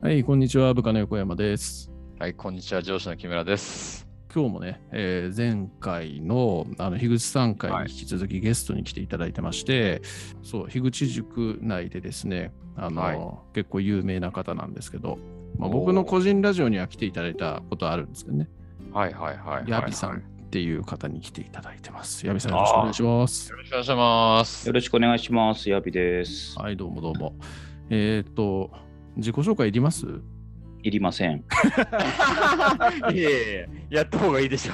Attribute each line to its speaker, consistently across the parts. Speaker 1: はい、こんにちは、部下の横山です。
Speaker 2: はい、こんにちは、上司の木村です。
Speaker 1: 今日もね、えー前回のあの樋口さん会に引き続きゲストに来ていただいてまして、そう、樋口塾内でですね、あの
Speaker 2: はい
Speaker 1: 結構有名な方なんですけど、まあ、
Speaker 2: おー
Speaker 1: 僕の個人ラジオには来ていただいたことあるんですけどね、
Speaker 2: はいはいはいはい。
Speaker 1: ヤビさんっていう方に来ていただいてます。ヤビさん、よろしくお願いします。
Speaker 2: よろしくお願いします。
Speaker 3: よろしくお願いします。ヤビです。
Speaker 1: はい、どうもどうも。えーっと、自己紹介いります
Speaker 3: いりません。
Speaker 2: いやいややった方がいいでしょ。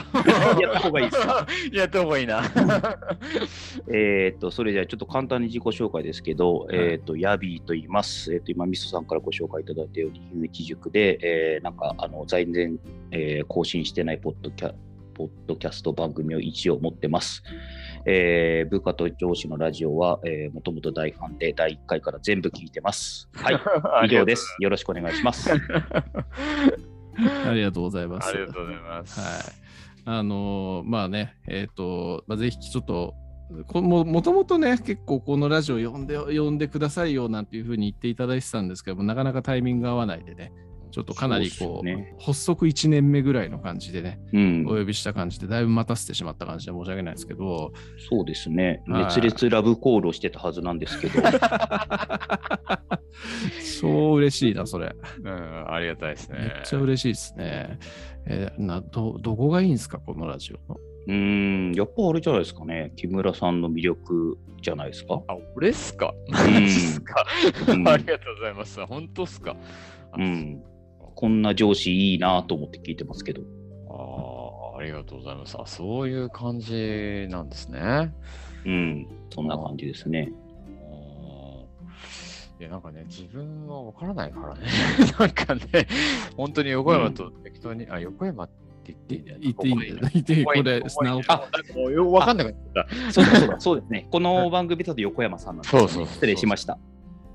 Speaker 3: やった方がいいですか
Speaker 2: やった方がいい な。
Speaker 3: えーっと、それじゃあちょっと簡単に自己紹介ですけど、えーっと、ヤビと言います。えーっと、今、ミスさんからご紹介いただいたように、樋口塾で、えーなんか、あの、全然、えー更新してないポッドキャポッドキャスト番組を一応持ってます。えー部下と上司のラジオは、えー、もともと大ファンで、第1回から全部聞いてます。はい、以上です。よろしくお願い します。
Speaker 1: ありがとうございます。
Speaker 2: ありがとうございます。
Speaker 1: はい。あのーまあね、えっ、と、まあ、ぜひちょっと、こももともとね、結構このラジオ呼んで、呼んでくださいよなんていうふうに言っていただいてたんですけども、なかなかタイミングが合わないでね、ちょっとかなり
Speaker 3: そう
Speaker 1: こ
Speaker 3: っ
Speaker 1: う、
Speaker 3: すね
Speaker 1: 発足1年目ぐらいの感じでね、
Speaker 3: うん
Speaker 1: お、呼びした感じで、だいぶ待たせてしまった感じで申し訳ないですけど、
Speaker 3: そうですね。
Speaker 1: はい
Speaker 3: 熱烈ラブコールをしてたはずなんです けど。
Speaker 1: 超嬉しいな、それ。
Speaker 2: うん、ありがたいです
Speaker 1: め
Speaker 2: ね。
Speaker 1: っちゃ嬉しいですね。えーなど、どこがいいんですか、このラジオの。
Speaker 3: うーん、やっぱあれじゃないですかね。木村さんの魅力じゃないで すか。
Speaker 2: あ、俺っすか
Speaker 3: ん
Speaker 2: マジっすか、
Speaker 3: うん
Speaker 2: ありがとうございます。本当っすかあ
Speaker 3: うん。こんな上司いいなと思って聞いてますけど。
Speaker 2: あーありがとうございます。あ、そういう感じなんですね。
Speaker 3: うん。そんな感じですね。
Speaker 2: いや、なんかね、自分は分からないからね。 なんかね、本当に横山と適当に、あ、横山って言っていいんだよな
Speaker 1: 言っていいんだよね。言っていい、
Speaker 2: こ
Speaker 1: こ
Speaker 2: こ
Speaker 1: れ、
Speaker 2: こ
Speaker 1: 直
Speaker 2: こあ、もうよく分かんなくなった。
Speaker 3: そうだそうだ、そうですね。この番組だと横山さんなんですよね、
Speaker 2: そうそうそう
Speaker 3: 失礼しました。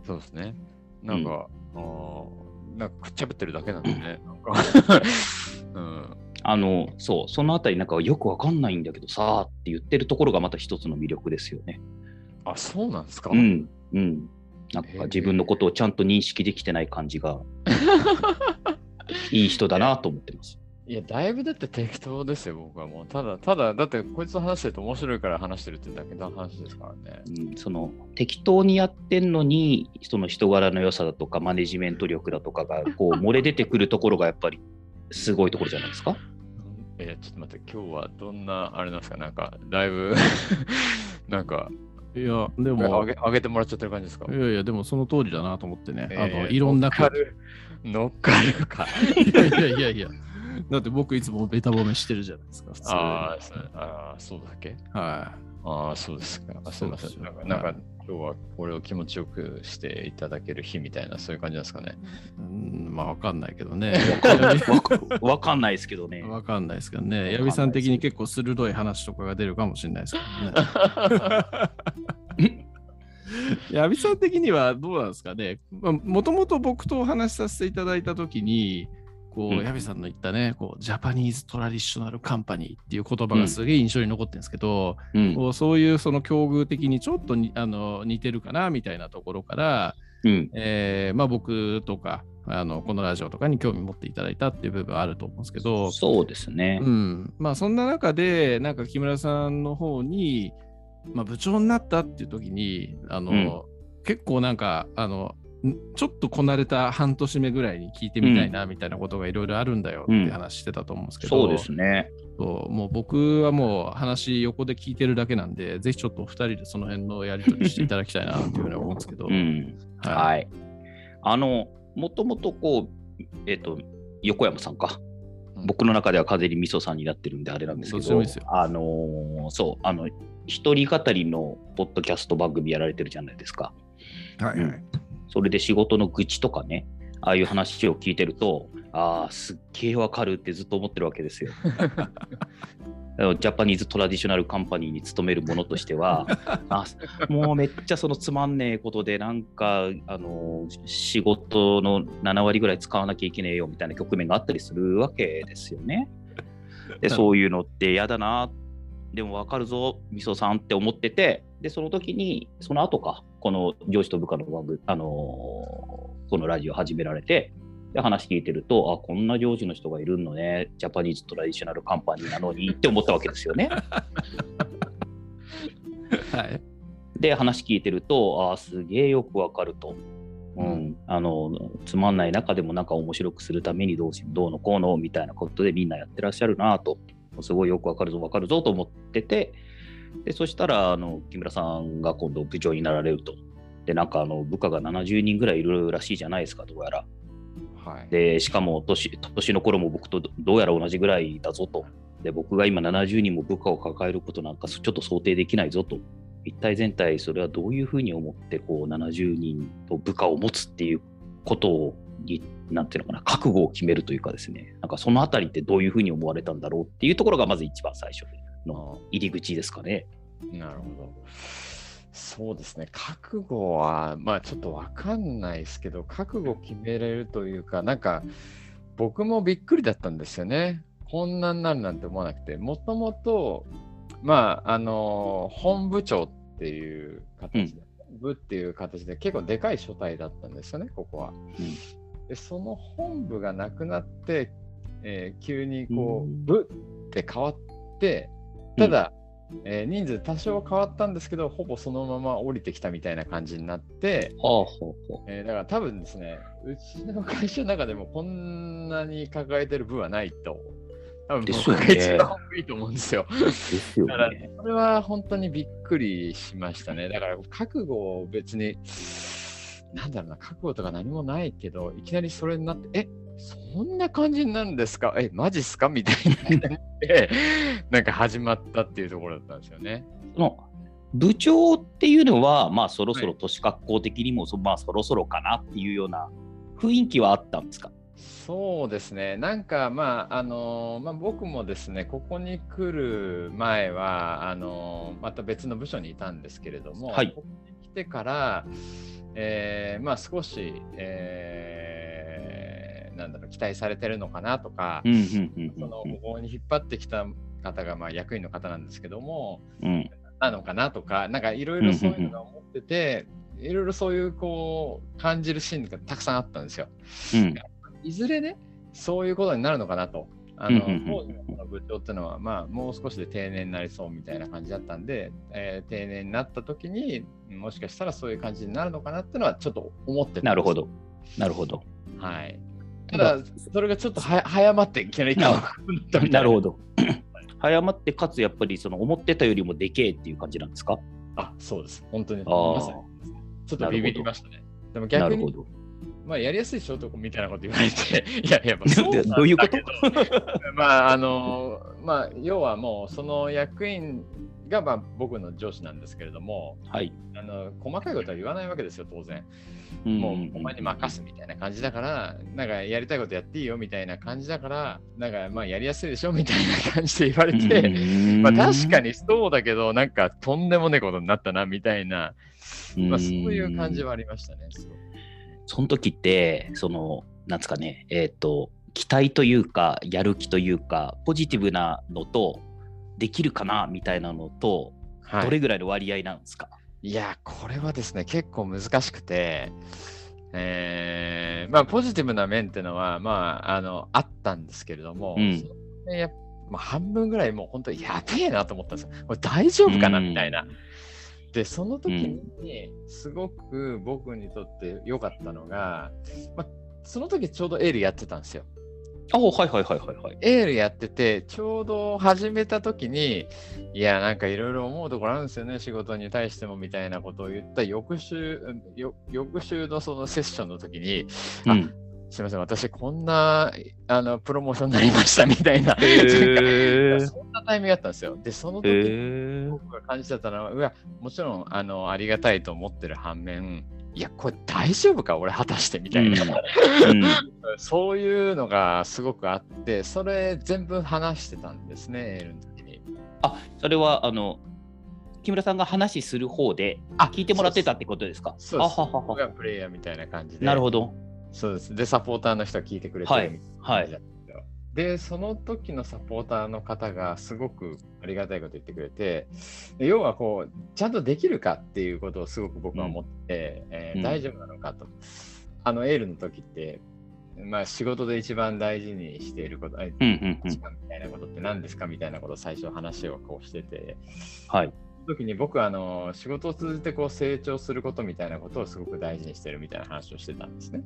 Speaker 2: そうですね。なんか、あーなんかくっちゃぶってるだけなんで ね。なんか うん、
Speaker 3: あの、そう、そのあたりなんかよくわかんないんだけどさーって言ってるところがまた一つの魅力ですよね。
Speaker 2: あ、そうなんですか、
Speaker 3: うん。うん。なんか自分のことをちゃんと認識できてない感じ が、いい人だなと思ってます。
Speaker 2: いや、だいぶだって適当ですよ、僕はもう。ただ、ただ、だってこいつと話してると面白いから話してるってだけの話ですからね。
Speaker 3: うんその適当にやってんのにその人柄の良さだとかマネジメント力だとかがこう漏れ出てくるところがやっぱりすごいところじゃないで すか。
Speaker 2: えーちょっと待って、今日はどんな、あれなんですか、なんか、だいぶ、 なんか、
Speaker 1: いや、で
Speaker 2: これ
Speaker 1: も
Speaker 2: 上、げ上げてもらっちゃってる感じですか
Speaker 1: いやいや、でもその通りだなと思ってね、あ
Speaker 2: え
Speaker 1: の
Speaker 2: ー
Speaker 1: いろんな
Speaker 2: 乗
Speaker 1: こ
Speaker 2: っかる。乗っかる か。
Speaker 1: いやいやいやいや、だって僕いつもベタ褒めしてるじゃないですか、普通に
Speaker 2: あーそうあー、そうだっけ
Speaker 1: は
Speaker 2: ああ、そうですか。あすいませ
Speaker 1: そ
Speaker 2: ん。
Speaker 1: うで
Speaker 2: な
Speaker 1: す
Speaker 2: ん
Speaker 1: よ
Speaker 2: か、なん
Speaker 1: はい
Speaker 2: か今日はこれを気持ちよくしていただける日みたいな、そういう感じなんですかね。
Speaker 1: い。うんまあ、わかんないけどね。
Speaker 3: わかわかんないですけどね。
Speaker 1: わかんないですけどね。矢部さん的に結構鋭い話とかが出るかもしれないですけどね。 矢部さん的にはどうなんですかね。もともと僕とお話しさせていただいたときに、こ
Speaker 3: う
Speaker 1: う、
Speaker 3: ん
Speaker 1: 矢部さんの言ったね、こう、ジャパニーズ・トラディショナル・カンパニーっていう言葉がすげえ印象に残ってるんですけど、
Speaker 3: うん
Speaker 1: こうそういうその境遇的にちょっとにあの似てるかなみたいなところから、
Speaker 3: うん
Speaker 1: えーまあ、僕とかあのこのラジオとかに興味持っていただいたっていう部分はあると思うんですけど、
Speaker 3: そうですね
Speaker 1: う。んまあ、そんな中でなんか木村さんの方に、まあ、部長になったっていう時にあの、結構なんかあのんちょっとこなれた半年目ぐらいに聞いてみたいなみたいなことがいろいろあるんだよって話してたと思うんですけど、
Speaker 3: そうですね。
Speaker 1: そうもう僕はもう話横で聞いてるだけなんで、ぜひちょっとお二人でその辺のやり取りしていただきたいなっていうふうに思うんですけど。
Speaker 3: うん。
Speaker 1: はい。
Speaker 3: はい。あの、もともとこう、えっ、と、横山さんか。僕の中では完全にみそさんになってるんであれなんですけ
Speaker 1: どっちでもい
Speaker 3: ど
Speaker 1: いですよ、
Speaker 3: あのーそう、あの、一人語りのポッドキャスト番組やられてるじゃないですか。
Speaker 1: はい
Speaker 3: はいそれで仕事の愚痴とかね、ああいう話を聞いてると、ああ、すっげえわかるってずっと思ってるわ けですよ。あのジャパニーズトラディショナルカンパニーに勤めるものとし てはあもうめっちゃそのつまんねえことでなんかあの仕事の7割ぐらい使わなきゃいけねえよみたいな局面があったりするわけですよね。でそういうのって嫌だなでも分かるぞみそさんって思っててでその時にその後かこの上司と部下の番組あのこのラジオ始められてで話聞いてるとあこんな領事の人がいるのねジャパニーズトラディショナルカンパニーなのにって思ったわけですよね。
Speaker 1: はい。
Speaker 3: で話聞いてるとあーすげえよくわかると、うん
Speaker 1: うん
Speaker 3: あのつまんない中でもなんか面白くするためにどうしどうのこうのみたいなことでみんなやってらっしゃるなとすごいよくわかるぞわかるぞと思っててでそしたらあの木村さんが今度部長になられると。でなんかあの部下が70人ぐらいいるらしいじゃないですかどうやら。
Speaker 2: はい。
Speaker 3: でしかも年年の頃も僕とどどうやら同じぐらいだぞとで僕が今70人も部下を抱えることなんかそちょっと想定できないぞと一体全体それはどういうふうに思ってこう70人と部下を持つっていうことをになんていうのかな覚悟を決めるというかですねなんかそのあたりってどういうふうに思われたんだろうっていうところがまず一番最初の入り口ですかね。
Speaker 2: なるほど。そうですね、覚悟は、まあちょっとわかんないですけど、覚悟決めれるというか、なんか僕もびっくりだったんですよね。こんなになるなんて思わなくて、もともと、まあ、あの、本部長っていう形で、部っていう形で結構でかい所帯だったんですよね、ここは。で、その本部がなくなって、えー急にこう、
Speaker 3: うん
Speaker 2: 部って変わって、ただ、えー人数多少変わったんですけど、ほぼそのまま降りてきたみたいな感じになって、
Speaker 3: はあほうほ
Speaker 2: えーだから多分ですね、うちの会社の中でもこんなに抱えてる部はないと、多分
Speaker 3: ですよ
Speaker 2: 僕
Speaker 3: ね
Speaker 2: が一番多いと思うんですよ。
Speaker 3: うですよ
Speaker 2: だから
Speaker 3: ね。
Speaker 2: それは本当にびっくりしましたね。だから覚悟を別に、なんだろうな、覚悟とか何もないけど、いきなりそれになって、えそんな感じになるんですかえマジっすかみたいになって、なんか始まったっていうところだったんですよね。
Speaker 3: その部長っていうのは、まあ、そろそろ年格好的にも、そまあ、そろそろかなっていうような雰囲気はあったんですか。
Speaker 2: そうですね、なんかまあ、あのまあ、僕もですね、ここに来る前は、あのまた別の部署にいたんですけれども、
Speaker 3: はい
Speaker 2: ここに来てから、えーまあ、少し、えーなんだろう、期待されてるのかなとか、
Speaker 3: うんうん
Speaker 2: そのここに引っ張ってきた方が、まあ、役員の方なんですけども、
Speaker 3: うんうん
Speaker 2: なのかなとか、なんかいろいろそういうのが思ってて、いろいろそういうこう感じるシーンがたくさんあったんですよ。
Speaker 3: うん
Speaker 2: いずれね、そういうことになるのかなと。あの
Speaker 3: うんうんうん
Speaker 2: 当時の部長っていうのは、まあ、もう少しで定年になりそうみたいな感じだったんで、えー定年になった時にもしかしたらそういう感じになるのかなっていうのはちょっと思ってたんです
Speaker 3: なるほど、なるほど、
Speaker 2: はい、ただそれがちょっとは早まっていきなり
Speaker 3: なる
Speaker 2: たみたい
Speaker 3: なるほど。 早まって、かつやっぱりその思ってたよりもでけえっていう感じなんですか。
Speaker 2: あそうです本当に
Speaker 3: ああ
Speaker 2: まさにちょっとビビりましたねでも
Speaker 3: な
Speaker 2: 逆
Speaker 3: る
Speaker 2: に
Speaker 3: ほど。
Speaker 2: まあ、やりやすいショートコンみたいなこと言われて、 いや、やっぱ
Speaker 3: なんで どういうこと
Speaker 2: とまあ、あの、まあ、要はもう、その役員が、まあ、僕の上司なんですけれども、
Speaker 3: はい。
Speaker 2: あの細かいことは言わないわけですよ、当然。
Speaker 3: うん
Speaker 2: もう、お前に任すみたいな感じだから、なんか、やりたいことやっていいよみたいな感じだから、なんか、まあ、やりやすいでしょみたいな感じで言われて、
Speaker 3: うん
Speaker 2: まあ、確かにそうだけど、なんか、とんでもねえことになったな、みたいな、まあ、そういう感じはありましたね。すごい
Speaker 3: その時って、その、なんですかね、えっ、と、期待というか、やる気というか、ポジティブなのと、できるかなみたいなのと、
Speaker 2: はい
Speaker 3: どれぐらいの割合なんですか、
Speaker 2: いや、これはですね、結構難しくて、えーまあ、ポジティブな面っていうのは、まあ、あの、あったんですけれども、
Speaker 3: うん
Speaker 2: そのねやっまあ、半分ぐらいもう本当やべえなと思ったんですよ。これ大丈夫かな
Speaker 3: うん
Speaker 2: みたいな。で、その時に、すごく僕にとって良かったのが、まあ、その時ちょうどエールやってたんですよ。
Speaker 3: あ、はいはいはいはいはい。
Speaker 2: エールやってて、ちょうど始めた時に、いや、なんかいろいろ思うところあるんですよね、仕事に対してもみたいなことを言った翌週、うんよ翌週のそのセッションの時に、あ
Speaker 3: うん
Speaker 2: すみません、私こんなあのプロモーションになりましたみたいな、
Speaker 3: へ ー
Speaker 2: そんなタイミングだったんですよ。で、その時に
Speaker 3: へー
Speaker 2: 僕が感じてたのは、うわ、もちろんあのありがたいと思ってる反面、いや、これ大丈夫か、俺果たしてみたいな。
Speaker 3: うん
Speaker 2: そういうのがすごくあって、それ全部話してたんですね、エールの時に。
Speaker 3: あ、それは、あの、木村さんが話する方で、
Speaker 2: あ
Speaker 3: 聞いてもらってたってことですか
Speaker 2: そうです。
Speaker 3: あははは
Speaker 2: 僕がプレイヤーみたいな感じで。
Speaker 3: なる
Speaker 2: ど。
Speaker 3: ほど。
Speaker 2: そうです。で、サポーターの人は聞いてくれて
Speaker 3: はい
Speaker 2: るみたいな
Speaker 3: は
Speaker 2: 感じ
Speaker 3: い。
Speaker 2: だったんですよ。で、その時のサポーターの方がすごくありがたいこと言ってくれて、で要はこう、ちゃんとできるかっていうことをすごく僕は思って、えー
Speaker 3: うん
Speaker 2: 大丈夫なのかと。あの、エールの時って、まあ、仕事で一番大事にしていること、あ
Speaker 3: うんうんう
Speaker 2: 時
Speaker 3: ん。
Speaker 2: 間みたいなことって何ですかみたいなことを最初話をこうしてて、
Speaker 3: はい。
Speaker 2: その時に僕はあの仕事を通じてこう成長することみたいなことをすごく大事にしてるみたいな話をしてたんですね。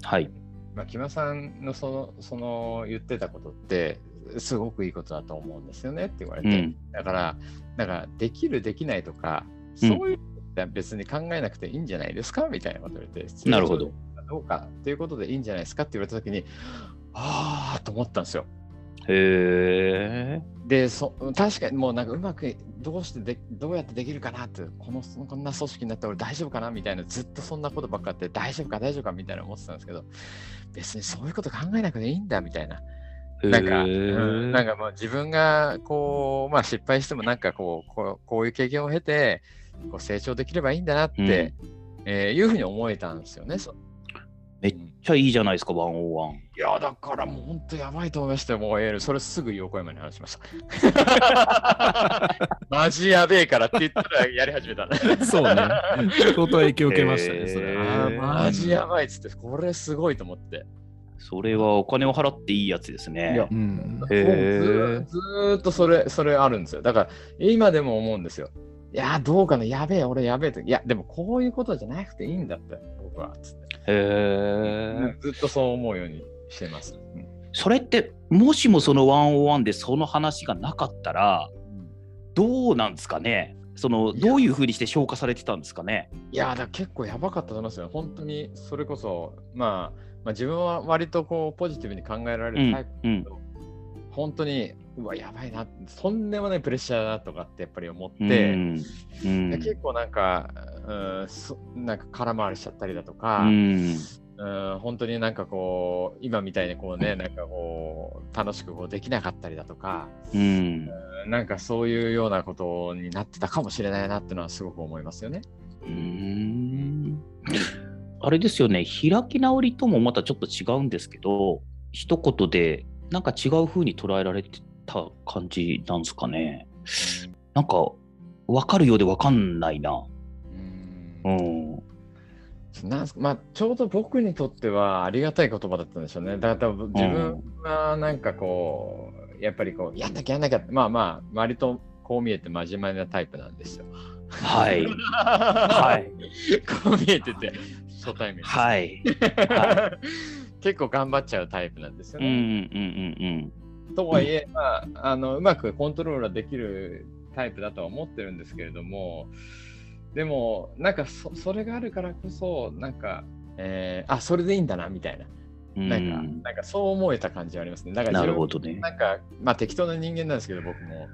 Speaker 3: はい。
Speaker 2: まあ、木村さんのそのその言ってたことってすごくいいことだと思うんですよねって言われ
Speaker 3: う
Speaker 2: て、
Speaker 3: ん。
Speaker 2: だからなんかできるできないとか
Speaker 3: うん
Speaker 2: そういうのって別に考えなくていいんじゃないですかみたいなことを言って
Speaker 3: なるほど。
Speaker 2: どうかということでいいんじゃないですかって言われた時にああと思ったんですよ。
Speaker 3: へえ。
Speaker 2: でそ確かにもうなんかうまくどうしてでどうやってできるかなってこのこんな組織になって俺大丈夫かなみたいなずっとそんなことばっかあって大丈夫か大丈夫かみたいな思ってたんですけど別にそういうこと考えなくていいんだみたいななんか、うんなんかもう自分がこう、まあ、失敗してもなんかこうこうこういう経験を経てこう成長できればいいんだなって、えーいうふうに思えたんですよね。そ
Speaker 3: めっちゃいいじゃないですか、101。
Speaker 2: いやだからもう本当やばいと思いましたよもうエールそれすぐ横山に話しました。 マジやべえからって言ったらやり始めた。
Speaker 1: そう ね。相当影響受けました
Speaker 3: へ
Speaker 1: ね、
Speaker 3: ー
Speaker 1: それ
Speaker 2: あ
Speaker 1: は。
Speaker 2: ーマジやばいっつってこれすごいと思って。
Speaker 3: それはお金を払っていいやつですね。
Speaker 2: いや
Speaker 1: うん
Speaker 2: もうず
Speaker 3: へ
Speaker 2: ー
Speaker 3: ー
Speaker 2: ずーっとそれ、それあるんですよ。だから、今でも思うんですよ。いやー、どうかな、やべえ、俺やべえって。いや、でもこういうことじゃなくていいんだって、僕は。つって
Speaker 3: へえ。
Speaker 2: ずっとそう思うようにしてます。うん
Speaker 3: それって、もしもその101でその話がなかったら、どうなんですかねその
Speaker 2: いや
Speaker 3: どういうふうにして消化されてたんですかね
Speaker 2: いやー、だから結構やばかったと思いますよ。本当に、それこそ、まあ、まあ、自分は割とこう、ポジティブに考えら
Speaker 3: う
Speaker 2: れるタイ
Speaker 3: ん
Speaker 2: プ。
Speaker 3: うん
Speaker 2: 本当に、うわ、やばいな、とんでもないプレッシャーだとかってやっぱり思って、
Speaker 3: うんう
Speaker 2: で
Speaker 3: ん
Speaker 2: 結構なんか、うん、そなんか空回りしちゃったりだとか、
Speaker 3: うん
Speaker 2: うん、本当になんかこう、今みたいにこうね、なんかこう、楽しくこうできなかったりだとか、
Speaker 3: うん
Speaker 2: うんなんかそういうようなことになってたかもしれないなってのはすごく思いますよね。
Speaker 3: うーんあれですよね開き直りともまたちょっと違うんですけど一言でなんか違う風に捉えられてた感じなんですかねなんか分かるようで分かんないな
Speaker 2: うん
Speaker 3: うん
Speaker 2: なんすかまあ、ちょうど僕にとってはありがたい言葉だったんでしょうね。だから多分自分はなんかこう、やっぱりこう、やんなきゃやんなきゃって、まあまあ、割とこう見えて真面目なタイプなんですよ。
Speaker 3: はい
Speaker 2: は
Speaker 3: はいい。
Speaker 2: こう見えてて、初対面。
Speaker 3: はいは
Speaker 2: 結構頑張っちゃうタイプなんですよ
Speaker 3: うんう
Speaker 2: ね。
Speaker 3: んうん
Speaker 2: とはいえ、まあ、あのうまくコントロールはできるタイプだとは思ってるんですけれども、でも、なんかそそれがあるからこそ、なんか、えーあそれでいいんだなみたいな、
Speaker 3: うん
Speaker 2: なんか、
Speaker 3: うん
Speaker 2: なんかそう思えた感じはありますね。だから
Speaker 3: な
Speaker 2: 自
Speaker 3: る
Speaker 2: 分
Speaker 3: ほどね
Speaker 2: なんか、まあ適当な人間なんですけど、僕も、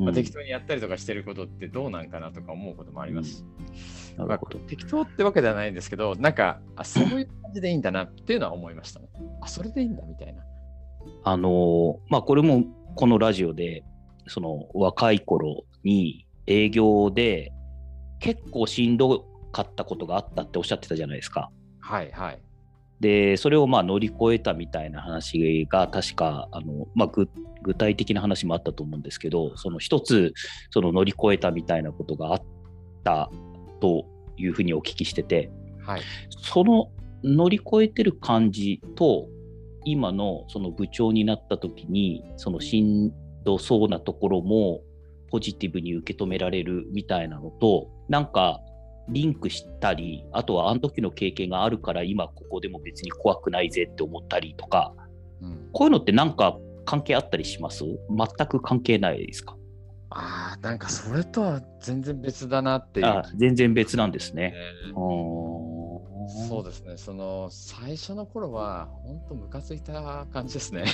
Speaker 2: ま
Speaker 3: う
Speaker 2: あ、
Speaker 3: ん
Speaker 2: 適当にやったりとかしてることってどうなんかなとか思うこともありますし。
Speaker 3: なるほど
Speaker 2: まあ適当ってわけではないんですけど、なんか、あそういう感じでいいんだなっていうのは思いましたね。あ、それでいいんだみたいな。
Speaker 3: あのーまあこれもこのラジオでその若い頃に営業で結構しんどかったことがあったっておっしゃってたじゃないですか。
Speaker 2: はいはい。
Speaker 3: でそれをまあ乗り越えたみたいな話が確かあの、まあ、ぐ具体的な話もあったと思うんですけどその一つその乗り越えたみたいなことがあったというふうにお聞きしてて、
Speaker 2: はい。
Speaker 3: その乗り越えてる感じと今のその部長になった時にそのしんどそうなところもポジティブに受け止められるみたいなのとなんかリンクしたりあとはあの時の経験があるから今ここでも別に怖くないぜって思ったりとか
Speaker 2: うん、
Speaker 3: こういうのってなんか関係あったりします全く関係ないですか
Speaker 2: ああ、なんかそれとは全然別だなっていう
Speaker 3: あ
Speaker 2: 気
Speaker 3: 全然別なんです
Speaker 2: がね
Speaker 3: ね。
Speaker 2: そうですね。その最初の頃は本当ムカついた感じ ですね。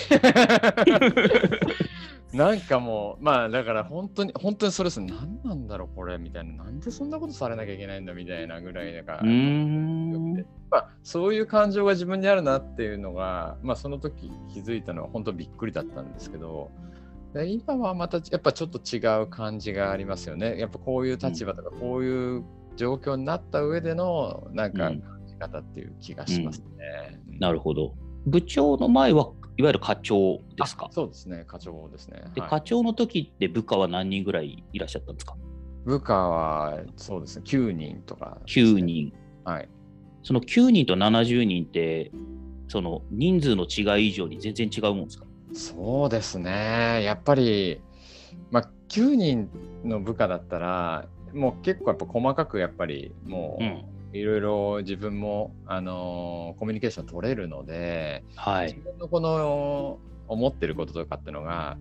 Speaker 2: なんかもうまあだから本当に本当にそれですね。何なんだろうこれみたいな。なんでそんなことされなきゃいけないんだみたいなぐらいなんか
Speaker 3: うーん
Speaker 2: まあ、そういう感情が自分にあるなっていうのが、まあ、その時気づいたのは本当びっくりだったんですけどで今はまたやっぱちょっと違う感じがありますよねやっぱこういう立場とかこういう状況になった上でのなんか
Speaker 3: うん
Speaker 2: 感じ方っていう気がしますね。
Speaker 3: なるほど。部長の前はいわゆる課長ですか
Speaker 2: あ。そうですね課長ですね。
Speaker 3: で、
Speaker 2: はい
Speaker 3: 課長の時って部下は何人ぐらいいらっしゃったんですか
Speaker 2: 部下はそうですね9人とかですね、
Speaker 3: ?9 人。
Speaker 2: はい
Speaker 3: その9人と70人ってその人数の違い以上に全然違うもんですか
Speaker 2: そうですね。やっぱり、まあ、9人の部下だったら、もう結構やっぱ細かくやっぱりも
Speaker 3: うん。
Speaker 2: ういろいろ自分も、あのーコミュニケーション取れるので、
Speaker 3: はい
Speaker 2: 自。分のこの思ってることとかってのが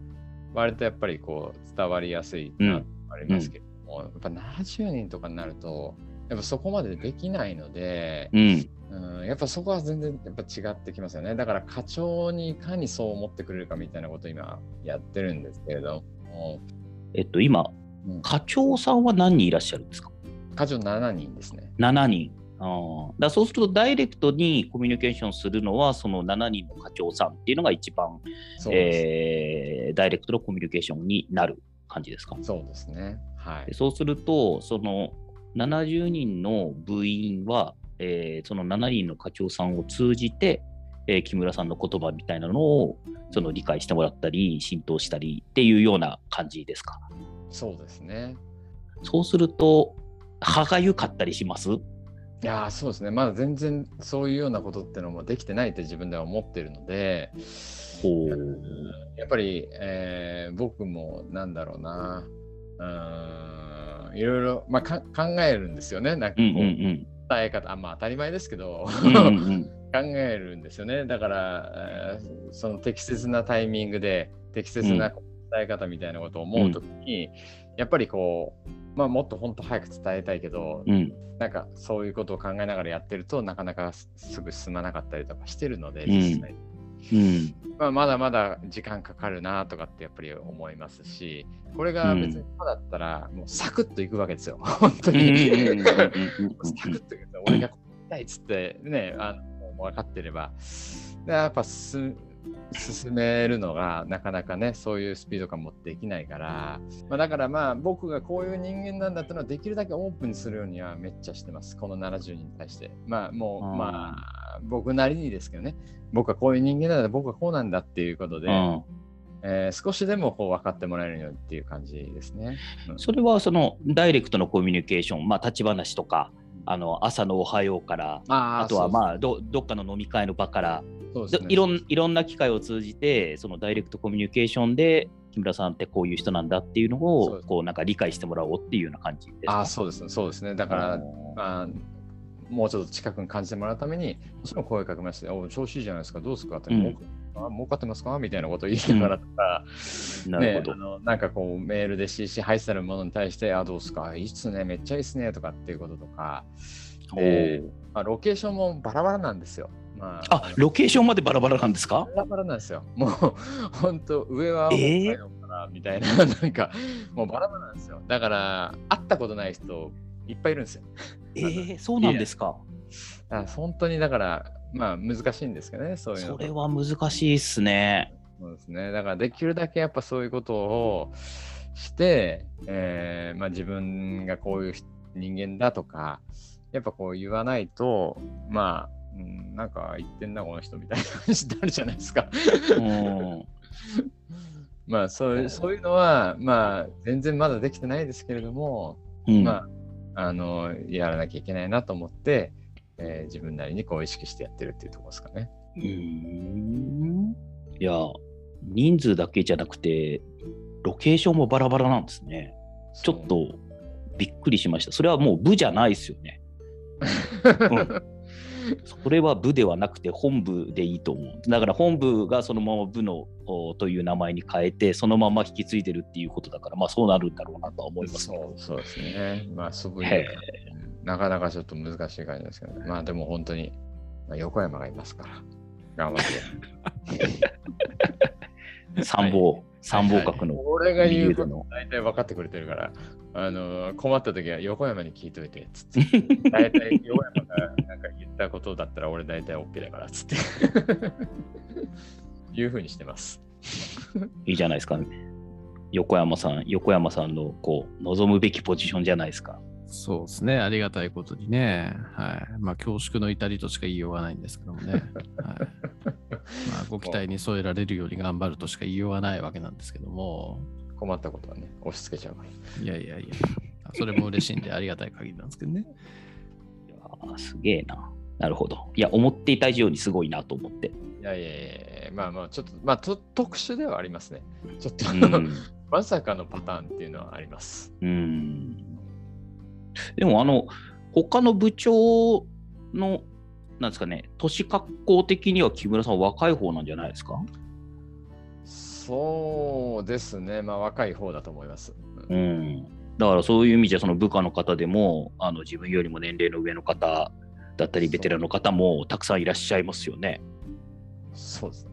Speaker 2: 割とやっぱりこう伝わりやすいなとありますけども、やっぱ70人とかになるとやっぱそこまでできないので、
Speaker 3: うん。
Speaker 2: うん、やっぱそこは全然やっぱ違ってきますよねだから課長にいかにそう思ってくれるかみたいなことを今やってるんですけれども、
Speaker 3: えっと、今、
Speaker 2: うん
Speaker 3: 課長さんは何人いらっしゃるんですか
Speaker 2: 課長7人ですね
Speaker 3: ?7 人。あーだからそうすると、ダイレクトにコミュニケーションするのは、その7人の課長さんっていうのが一番、
Speaker 2: そうです、
Speaker 3: えーダイレクトのコミュニケーションになる感じですか
Speaker 2: そうですねは
Speaker 3: で
Speaker 2: い
Speaker 3: そうすると、その70人の部員は、えーその7人の課長さんを通じて、えー木村さんの言葉みたいなのをその理解してもらったり、浸透したりっていうような感じですか。
Speaker 2: そうですね
Speaker 3: そうすると、歯がゆかったりします
Speaker 2: いやーそうですね、まだ全然そういうようなことってのもできてないって自分では思ってるので、
Speaker 3: ほう
Speaker 2: やっぱり、えー僕もなんだろうな、うーん、いろいろ、まあ、か考えるんですよね、なんか
Speaker 3: う
Speaker 2: こ
Speaker 3: ん
Speaker 2: う、
Speaker 3: うんうん。
Speaker 2: 伝え方、あまあ当たり前ですけど、
Speaker 3: うんうん
Speaker 2: 考えるんですよね、だから、えーその適切なタイミングで、適切な伝え方みたいなことを思うときに、やっぱりこう、まあ、もっと本当早く伝えたいけど、
Speaker 3: うんうん
Speaker 2: なんかそういうことを考えながらやってるとなかなかすすぐ進まなかったりとかしてるので、
Speaker 3: うん
Speaker 2: 実際
Speaker 3: うん
Speaker 2: まあ、まだまだ時間かかるなとかってやっぱり思いますしこれが別に今だったらもうサクッといくわけですよ、 本当
Speaker 3: うんうん
Speaker 2: に。
Speaker 3: うんうんうん うん
Speaker 2: サクッといくと俺がこうやりたいっつってねあの分かってればでやっぱす進めるのがなかなかねそういうスピード感持ってできないから、まあ、だからまあ僕がこういう人間なんだってのはできるだけオープンにするようにはめっちゃしてますこの70人に対してまあもう
Speaker 3: あー
Speaker 2: まあ僕なりにですけどね僕はこういう人間なんだ僕はこうなんだっていうことで、
Speaker 3: うん
Speaker 2: えー少しでもこう分かってもらえるようにっていう感じですね。
Speaker 3: それはそのダイレクトのコミュニケーション、まあ、立ち話とか、あの朝のおはようから、
Speaker 2: あ
Speaker 3: あとはま
Speaker 2: あ
Speaker 3: あどどっかの飲み会の場から、
Speaker 2: そう
Speaker 3: で
Speaker 2: ですね
Speaker 3: いろんいろんな機会を通じてそのダイレクトコミュニケーションで木村さんってこういう人なんだっていうの
Speaker 2: そう
Speaker 3: を
Speaker 2: です
Speaker 3: こうなんか理解してもらおうっていうような感じですか。
Speaker 2: あーそうですねそうですねだからあーもうちょっと近くに感じてもらうために、もちろん声かけまして、お調子いいじゃないですか、どうですかって、
Speaker 3: うん
Speaker 2: 儲かあ儲かってますかみたいなことを言いながらとか、
Speaker 3: なるほど
Speaker 2: ねあのなんかこうメールで CC 配信されるものに対して、あ、どうですかいいっすね、めっちゃいいっすねとかっていうこととか、
Speaker 3: おー
Speaker 2: えーまあ、ロケーションもバラバラなんですよ。まあ、
Speaker 3: あロケーションまでバラバラなんですか
Speaker 2: バラバラなんですよ。 もう、本当上は
Speaker 3: え
Speaker 2: 北
Speaker 3: ー
Speaker 2: 海道からみたいな、なんか、もうバラバラなんですよ。だから、会ったことない人、いっぱいいるんですよ。
Speaker 3: えー、そうなんですか。
Speaker 2: だから本当にだから、まあ難しいんですけどね、そういうの
Speaker 3: それは難しいっすね。
Speaker 2: そうですね。だからできるだけやっぱそういうことをして、えーまあ、自分がこういう人人間だとか、やっぱこう言わないと、まあ、うん、なんか言ってんな、この人みたいな感じってあるじゃないですか。
Speaker 3: うん
Speaker 2: まあそういう、そういうのは、まあ、全然まだできてないですけれども、
Speaker 3: うん
Speaker 2: まあ、あの、やらなきゃいけないなと思って、えー自分なりにこう意識してやってるっていうところですかね。
Speaker 3: うーんいや人数だけじゃなくてロケーションもバラバラなんですね。ちょ っとびっくりしました。それはもう部じゃないですよね。うんそれは部ではなくて本部でいいと思う。だから本部がそのまま部のおという名前に変えて、そのまま引き継いでるっていうことだから、まあそうなるんだろうなとは思いますけど。
Speaker 2: そうそうですね。まあ、そうい
Speaker 3: へえ
Speaker 2: う、なかなかちょっと難しい感じですけど、ね、まあでも本当に、まあ、横山がいますから、頑張って。
Speaker 3: 参謀、参謀角の
Speaker 2: 俺が
Speaker 3: 右
Speaker 2: 言う
Speaker 3: 腕
Speaker 2: こと
Speaker 3: の。
Speaker 2: 大体分かってくれてるから、あの困った時は横山に聞いといて、つって。大体横山がなんか言ったことだったら俺大体 OK だから、つって。いうふうにしてます。
Speaker 3: いいじゃないですか、横山さん、横山さんのこう望むべきポジションじゃないですか。
Speaker 1: そうですね。ありがたいことにね。はい。まあ、恐縮の至りとしか言いようがないんですけども ね。はい。まあ、ご期待に添えられるように頑張るとしか言いようがないわけなんですけども。
Speaker 2: 困ったことはね、押し付けちゃうから。
Speaker 1: いやいやいや。それも嬉しいんでありがたい限りなんですけどね。
Speaker 3: いやーすげえな。なるほど。いや、思っていた以上にすごいなと思って。
Speaker 2: いやいやいやいやまあまあ、ちょっと、まあと、特殊ではありますね。ちょっと、
Speaker 3: うん、
Speaker 2: まさかのパターンっていうのはあります。
Speaker 3: うんでもあの他の部長のなんですかね年格好的には木村さんは若い方なんじゃないですか
Speaker 2: そうですね。まあ、若い方だと思います。
Speaker 3: うんだからそういう意味じゃその部下の方でもあの自分よりも年齢の上の方だったり
Speaker 2: そう
Speaker 3: ベテランの方もたくさんいらっしゃいますよね。
Speaker 2: そうですね。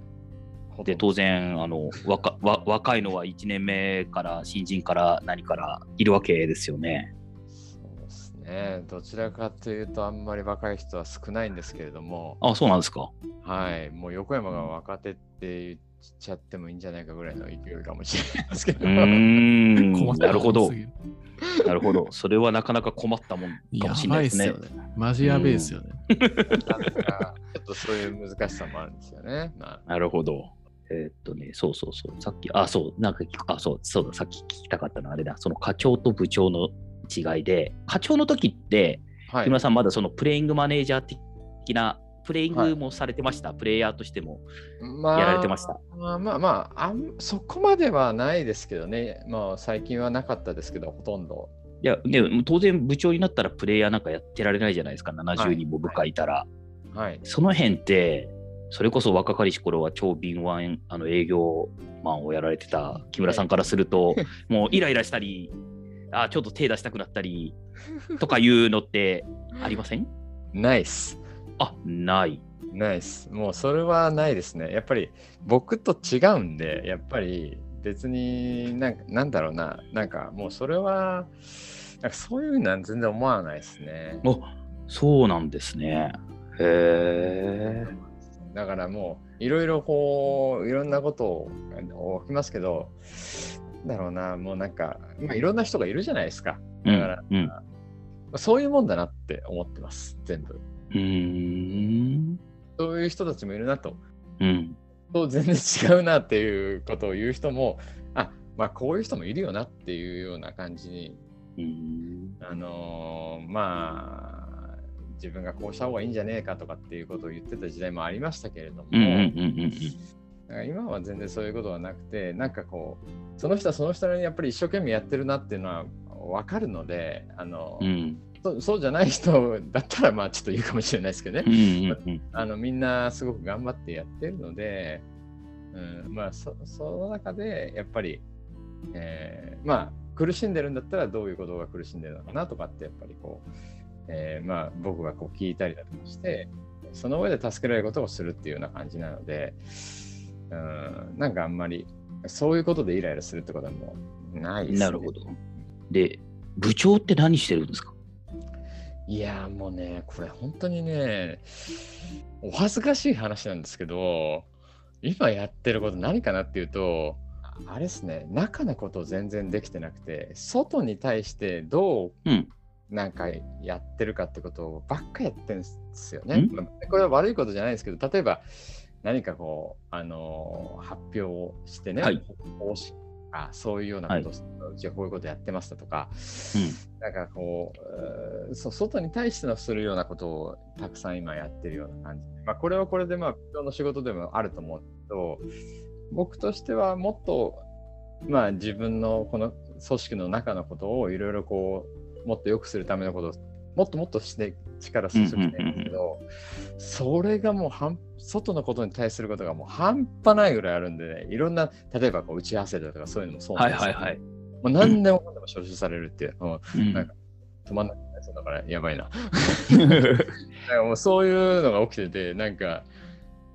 Speaker 3: で当然あの若わ若いのは1年目から新人から何からいるわけですよね。
Speaker 2: そうですね。どちらかというと、あんまり若い人は少ないんですけれども、
Speaker 3: あそうなんですか。
Speaker 2: はい。もう横山が若手って言っちゃってもいいんじゃないかぐらいの勢いかもしれないですけ
Speaker 3: う
Speaker 2: ど。
Speaker 3: ーん
Speaker 1: 困った
Speaker 3: なるほど
Speaker 1: す。ぎる
Speaker 3: なるほど。それはなかなか困ったもんかもしれないですね。
Speaker 1: やばいっすよマジやべえですよね。
Speaker 2: なんかちょっとそういう難しさもあるんですよね。まあ、
Speaker 3: なるほど。えーっとね、そうそうそう。さっき、あ、そう、なんか聞く、あ、そう、そうだ、さっき聞きたかったのはあれだ、その課長と部長の違いで、課長の時って、
Speaker 2: は
Speaker 3: 木村さん、まだそのプレイングマネージャー的な、プレイングもされてました、プレイヤーとしても
Speaker 2: ま
Speaker 3: やられてました。
Speaker 2: まあまあまああん、そこまではないですけどね。まあ、最近はなかったですけど、ほとんど。
Speaker 3: いや、ね、当然、部長になったらプレイヤーなんかやってられないじゃないですか、70人も部下いたら。
Speaker 2: はい。
Speaker 3: その辺って、それこそ若かりし頃は超敏腕あの営業マンをやられてた木村さんからす ると、もうイライラしたり、あちょっと手出したくなったりとかいうのってありません
Speaker 2: ナイス。
Speaker 3: あない。
Speaker 2: ナイス。もうそれはないですね。やっぱり僕と違うんで、やっぱり別になんかなんだろうな、なんかもうそれは、なんかそういうのは全然思わないですね。
Speaker 3: おそうなんですね。へえ。
Speaker 2: だからもういろいろこういろんなことを起きますけど、なんだろうな、もうなんか、まあ、いろんな人がいるじゃないですか。
Speaker 3: う
Speaker 2: だから
Speaker 3: ん。うん
Speaker 2: そういうもんだなって思ってます、全部。
Speaker 3: うーん。
Speaker 2: そういう人たちもいるなと
Speaker 3: うん。
Speaker 2: と全然違うなっていうことを言う人もあまあこういう人もいるよなっていうような感じに
Speaker 3: うん
Speaker 2: あのーまあ自分がこうした方がいいんじゃねえかとかっていうことを言ってた時代もありましたけれども、
Speaker 3: うんうんうんうん
Speaker 2: なんか今は全然そういうことはなくてなんかこうその人はその人なりにやっぱり一生懸命やってるなっていうのは分かるのであの、
Speaker 3: うんうん
Speaker 2: そそうじゃない人だったらまあちょっと言うかもしれないですけどね、
Speaker 3: うんうん
Speaker 2: あのみんなすごく頑張ってやってるので、うん、まあそその中でやっぱり、えーまあ苦しんでるんだったらどういうことが苦しんでるのかなとかってやっぱりこう、えーまあ僕がこう聞いたりだとかしてその上で助けられることをするっていうような感じなので、うん、なんかあんまりそういうことでイライラするってことはもうないです、ね。
Speaker 3: なるほど。で、部長って何してるんですか
Speaker 2: いやーもうね、これ本当にね、お恥ずかしい話なんですけど、今やってること何かなっていうと、あれですね、中のことを全然できてなくて、外に対してど
Speaker 3: うん。
Speaker 2: うなんかやってるかってことをばっかやってるんですよね
Speaker 3: ん。
Speaker 2: まあこれは悪いことじゃないですけど、例えば何かこう、あのー発表をしてね、
Speaker 3: はい
Speaker 2: 方針とかそういうようなことをすると、うちはこういうことやってましたとか、なんかこう、うーそう外に対してのするようなことをたくさん今やってるような感じ。まあ、これはこれで、まあ、人の仕事でもあると思うけど、僕としてはもっと、まあ、自分のこの組織の中のことをいろいろこう、もっと良くするためのことをもっともっとして力注ぎたいんですけど、それがもう半外のことに対することがもう半端ないぐらいあるんでね、いろんな、例えばこう打ち合わせだとかそういうのもそうなん
Speaker 3: は
Speaker 2: で
Speaker 3: い
Speaker 2: すよ
Speaker 3: はいはい。
Speaker 2: もう何でもかんでも招集されるっていう。うん
Speaker 3: うん
Speaker 2: なんか 止まんなくなりそうだからやばいな。なんかもうそういうのが起きてて、なんか、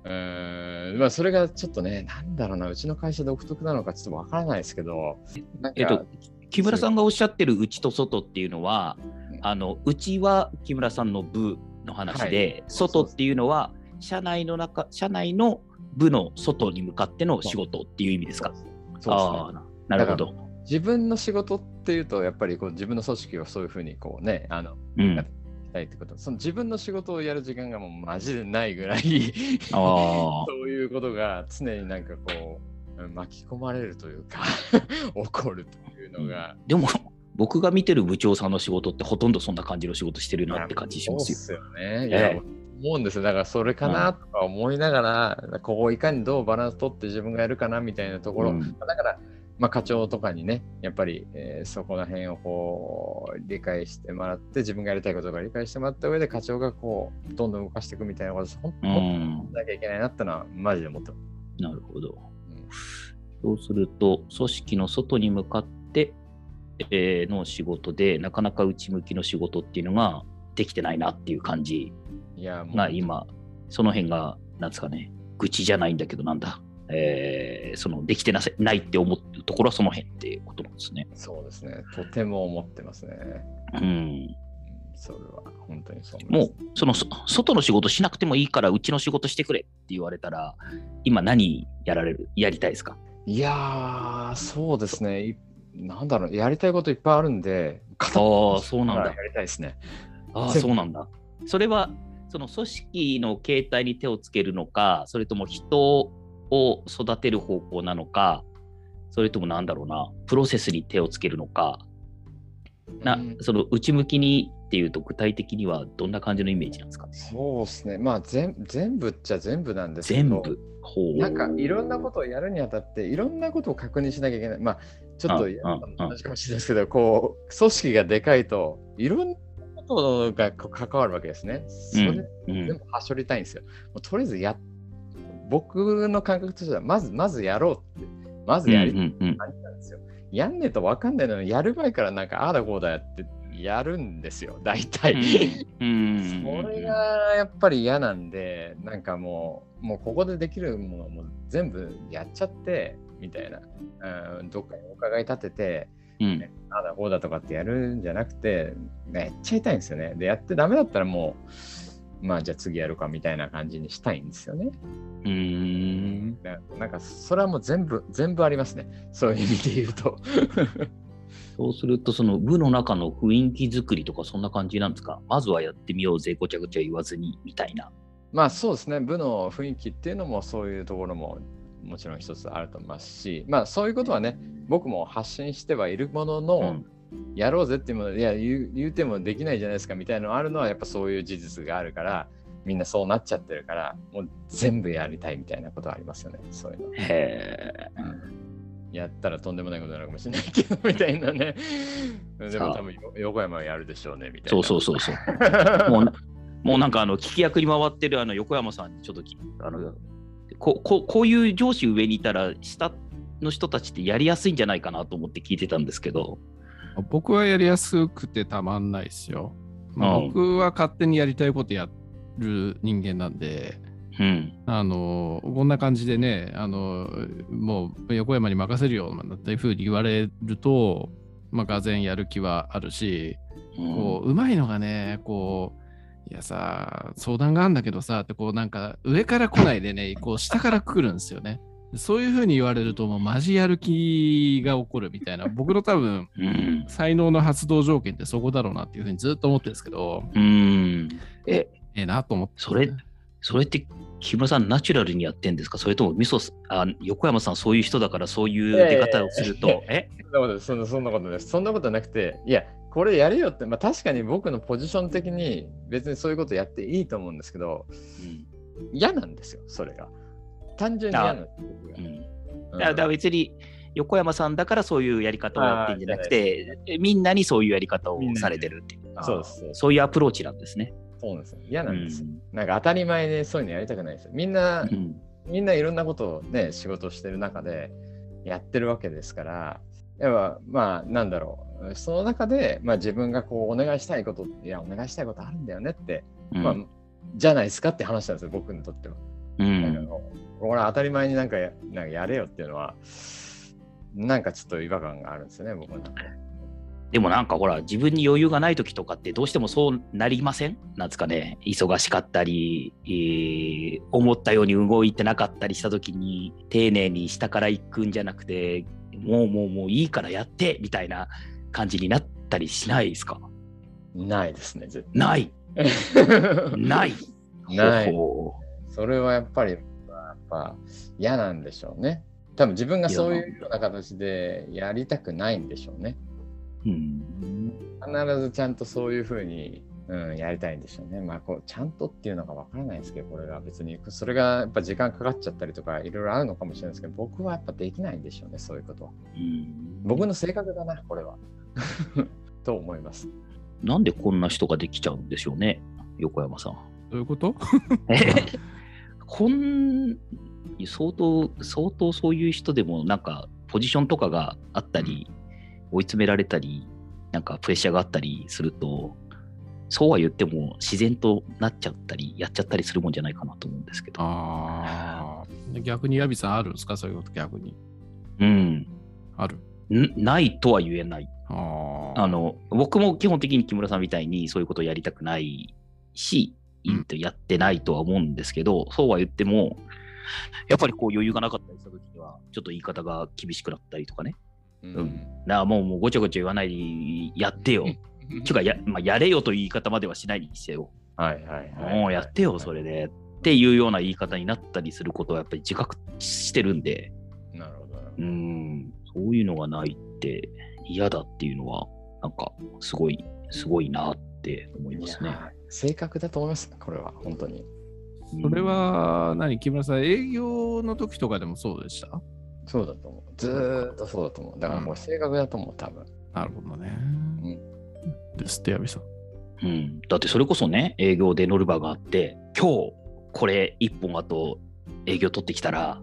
Speaker 2: うーんまあそれがちょっとね、なんだろうな、うちの会社独特なのかちょっとわからないですけど、なんか、
Speaker 3: えっと、木村さんがおっしゃってる内と外っていうのは
Speaker 2: うん、
Speaker 3: あの内は木村さんの部の話で、
Speaker 2: そうそ
Speaker 3: 外
Speaker 2: う
Speaker 3: っていうのは社内の中社内の部の外に向かっての仕事っていう意味ですか。
Speaker 2: そうですね
Speaker 3: ああ、なるほど。
Speaker 2: 自分の仕事っていうと、やっぱりこう自分の組織をそういうふうにこうね、あの、
Speaker 3: うん。
Speaker 2: したいってこと、その自分の仕事をやる時間がもうマジでないぐらい、
Speaker 3: あ
Speaker 2: そういうことが常になんかこう、巻き込まれるというか、 起こるというのが
Speaker 3: あ、。でも僕が見てる部長さんの仕事ってほとんどそんな感じの仕事してるなって感じしますよ。
Speaker 2: そうっすよね。い
Speaker 3: え
Speaker 2: や、
Speaker 3: え
Speaker 2: 思うんですよ。だからそれかなとか思いながら、ここをいかにどうバランス取って自分がやるかなみたいなところ、
Speaker 3: うん
Speaker 2: だから、まあ、課長とかにね、やっぱり、えーそこら辺をこう理解してもらって、自分がやりたいことが理解してもらった上で、課長がこうどんどん動かしていくみたいなことです、本当
Speaker 3: う
Speaker 2: に本当
Speaker 3: ん
Speaker 2: にやらなきゃいけないなってのは、マジで思ってます。
Speaker 3: なるほど。そうすると、組織の外に向かって、えーの仕事で、なかなか内向きの仕事っていうのができてないなっていう感じ
Speaker 2: いや、もう、
Speaker 3: が今、その辺が、なんですかね、愚痴じゃないんだけど、なんだ、えーそのできてなさないって思うところはその辺っていうことなんですね。
Speaker 2: そうですね、とても思ってますね。
Speaker 3: うん、
Speaker 2: うんそれは本当にそう思いま
Speaker 3: も
Speaker 2: す
Speaker 3: う、そのそ外の仕事しなくてもいいから、うちの仕事してくれって言われたら、今、何やられる、やりたいですか
Speaker 2: いやー、そうですね。いなんだろう、やりたいこといっぱいあるんで、片っ
Speaker 3: ああ、そうな
Speaker 2: 端
Speaker 3: ん
Speaker 2: か
Speaker 3: だ
Speaker 2: ら。やりたいですね。
Speaker 3: ああ
Speaker 2: 全部
Speaker 3: そうなんだ。それはその組織の形態に手をつけるのか、それとも人を育てる方向なのか、それともなんだろうな、プロセスに手をつけるのか、な
Speaker 2: うん
Speaker 3: その内向きにっていうと具体的にはどんな感じのイメージなんですか
Speaker 2: そうですね。まあ、全全部っちゃ全部なんですけ
Speaker 3: 全
Speaker 2: ど、
Speaker 3: 部。ほう
Speaker 2: なんかいろんなことをやるにあたって、いろんなことを確認しなきゃいけない。まあ、ちょっと
Speaker 3: うん
Speaker 2: やったのと同じかもしれないですけど、こう、組織がでかいと、いろんなことがこう関わるわけですね。それ
Speaker 3: うんう
Speaker 2: 全
Speaker 3: ん
Speaker 2: 部はしょりたいんですよ。もうとりあえずや、僕の感覚としては、まず、まずやろうって、まずやりたい
Speaker 3: うんうんうん
Speaker 2: 感じなんですよ。やんねえと分かんないのに、やる前からなんか、ああだこうだやってやるんですよ、大体。
Speaker 3: うんうんうんう
Speaker 2: そ
Speaker 3: ん
Speaker 2: れがやっぱり嫌なんで、なんかもう、もうここでできるものはもう全部やっちゃって、みたいな。うん、どっかにお伺い立てて、
Speaker 3: うん
Speaker 2: ああだこうだとかってやるんじゃなくて、めっちゃ痛いんですよね。で、やってダメだったらもう、まあじゃあ次やるかみたいな感じにしたいんですよね。
Speaker 3: うーん
Speaker 2: ななんかそれはもう全部、全部ありますね。そういう意味で言うと。
Speaker 3: そうすると、その部の中の雰囲気作りとか、そんな感じなんですかまずはやってみようぜ、ごちゃごちゃ言わずにみたいな。
Speaker 2: まあそうですね、部の雰囲気っていうのもそういうところももちろん一つあると思いますし、まあそういうことはね、僕も発信してはいるものの、
Speaker 3: うん
Speaker 2: やろうぜっていうもの、いや言う、言うてもできないじゃないですかみたいなのあるのは、やっぱそういう事実があるから、みんなそうなっちゃってるから、もう全部やりたいみたいなことはありますよね、そういうの。
Speaker 3: へえ。
Speaker 2: やったらとんでもないことになるかもしれないけど、みたいなね。で
Speaker 3: さ
Speaker 2: も
Speaker 3: あ
Speaker 2: 多分よ横山はやるでしょうね、みたい
Speaker 3: そ
Speaker 2: な。
Speaker 3: うそうそうそう。もうな、もうなんかあの聞き役に回ってるあの横山さんにちょっときあのこここういう上司上にいたら下の人たちってやりやすいんじゃないかなと思って聞いてたんですけど。
Speaker 1: 僕はやりやすくてたまんないですよ。まあ
Speaker 3: うん
Speaker 1: 僕は勝手にやりたいことやる人間なんで、
Speaker 3: うん。
Speaker 1: あのこんな感じでね、あのもう横山に任せるよなんていうふうに言われると、まあ、がぜやる気はあるし、こううまいのがね、こう、いやさ、相談があるんだけどさ、ってこうなんか上から来ないでね、こう下から来るんですよね。そういうふうに言われると、もうマジやる気が起こるみたいな、僕の多分、
Speaker 3: うん。
Speaker 1: 才能の発動条件ってそこだろうなっていうふうにずっと思ってるんですけど、
Speaker 3: うん。え、
Speaker 1: ええなと思って、
Speaker 3: それそれって木村さんナチュラルにやってんですかそれともみそあ横山さんそういう人だからそういう出方をすると。え
Speaker 2: そんなことですそんなそんなことです。そんなことなくて、いや、これやれよって、まあ、確かに僕のポジション的に別にそういうことやっていいと思うんですけど、嫌なんですよ、それが。単純に嫌なんです僕が
Speaker 3: うん。うん
Speaker 2: うん
Speaker 3: だだから別に横山さんだからそういうやり方をやってんじゃなく
Speaker 2: あ
Speaker 3: てみんなにそういうやり方を
Speaker 2: みんなに
Speaker 3: されてるっていう
Speaker 2: そうです
Speaker 3: あーそういうアプローチなんですね。
Speaker 2: そうなんですよ。嫌なんですよ。
Speaker 3: う
Speaker 2: なんか当たり前でそういうのやりたくないですよ。みんな、
Speaker 3: ん
Speaker 2: みんないろんなことをね、仕事をしてる中でやってるわけですから、やっぱまあ、なんだろう。その中で、まあ、自分がこうお願いしたいこと、いや、お願いしたいことあるんだよねって、
Speaker 3: うん
Speaker 2: まあ、じゃないですかって話なんですよ、僕にとっては。
Speaker 3: う
Speaker 2: なんかあ
Speaker 3: ん
Speaker 2: のこれは当たり前になんかやなんかやれよっていうのは、なんかちょっと違和感があるんですよね、僕なんか。
Speaker 3: でもなんかほら自分に余裕がない時とかってどうしてもそうなりませんなんつかね忙しかったり、えー思ったように動いてなかったりした時に丁寧に下から行くんじゃなくてもうもうもういいからやってみたいな感じになったりしないですか
Speaker 2: ないですね、絶
Speaker 3: ない
Speaker 2: 対
Speaker 3: ない
Speaker 2: ない
Speaker 3: ほ
Speaker 2: それはやっぱり、まあやっぱ嫌なんでしょうね。多分自分がそういうような形でやりたくないんでしょうね。
Speaker 3: ううん
Speaker 2: 必ずちゃんとそういうふうにうん、やりたいんでしょうね。まあこう、ちゃんとっていうのがわからないですけど、これが別に、それがやっぱ時間かかっちゃったりとか、いろいろあるのかもしれないですけど、僕はやっぱできないんでしょうね、そういうことは。
Speaker 3: うん
Speaker 2: 僕の性格だな、これ は。と思います。
Speaker 3: なんでこんな人ができちゃうんでしょうね、横山さん。
Speaker 1: どういうこと
Speaker 3: こん相当、相当そういう人でも、なんか、ポジションとかがあったり、追い詰められたり、なんかプレッシャーがあったりすると、そうは言っても自然となっちゃったり、やっちゃったりするもんじゃないかなと思うんですけど。
Speaker 1: ああ。 逆にヤビさんあるんですかそういうこと逆に。
Speaker 3: うん。
Speaker 1: ある。
Speaker 3: んないとは言えない。
Speaker 1: ああ。
Speaker 3: あ の僕も基本的に木村さんみたいにそういうことをやりたくないし、
Speaker 1: うん
Speaker 3: やってないとは思うんですけど、そうは言っても、やっぱりこう余裕がなかったりした時には、ちょっと言い方が厳しくなったりとかね、
Speaker 2: うん
Speaker 3: なあもうもうごちゃごちゃ言わないでやってよ。って
Speaker 2: ん
Speaker 3: いうかや、まあ、やれよという言い方まではしないにしてよ、
Speaker 2: はいはいはい。
Speaker 3: もうやってよ、それで。っていうような言い方になったりすることはやっぱり自覚してるんで、
Speaker 2: なるほど。
Speaker 3: うん、そういうのがないって嫌だっていうのは、なんかすごい、すごいなって思います
Speaker 2: い
Speaker 3: ね。
Speaker 2: や性格だと思います、これは、本当に。
Speaker 1: それは何木村さん、営業の時とかでもそうでした
Speaker 2: そうだと思う。ずーっとそうだと思う。だからもう性格だと思う、多分。
Speaker 1: なるほどね。ですって、ヤビさん。
Speaker 3: うん、うんだってそれこそね、営業でノルバがあって、今日これ1本あと営業取ってきたら、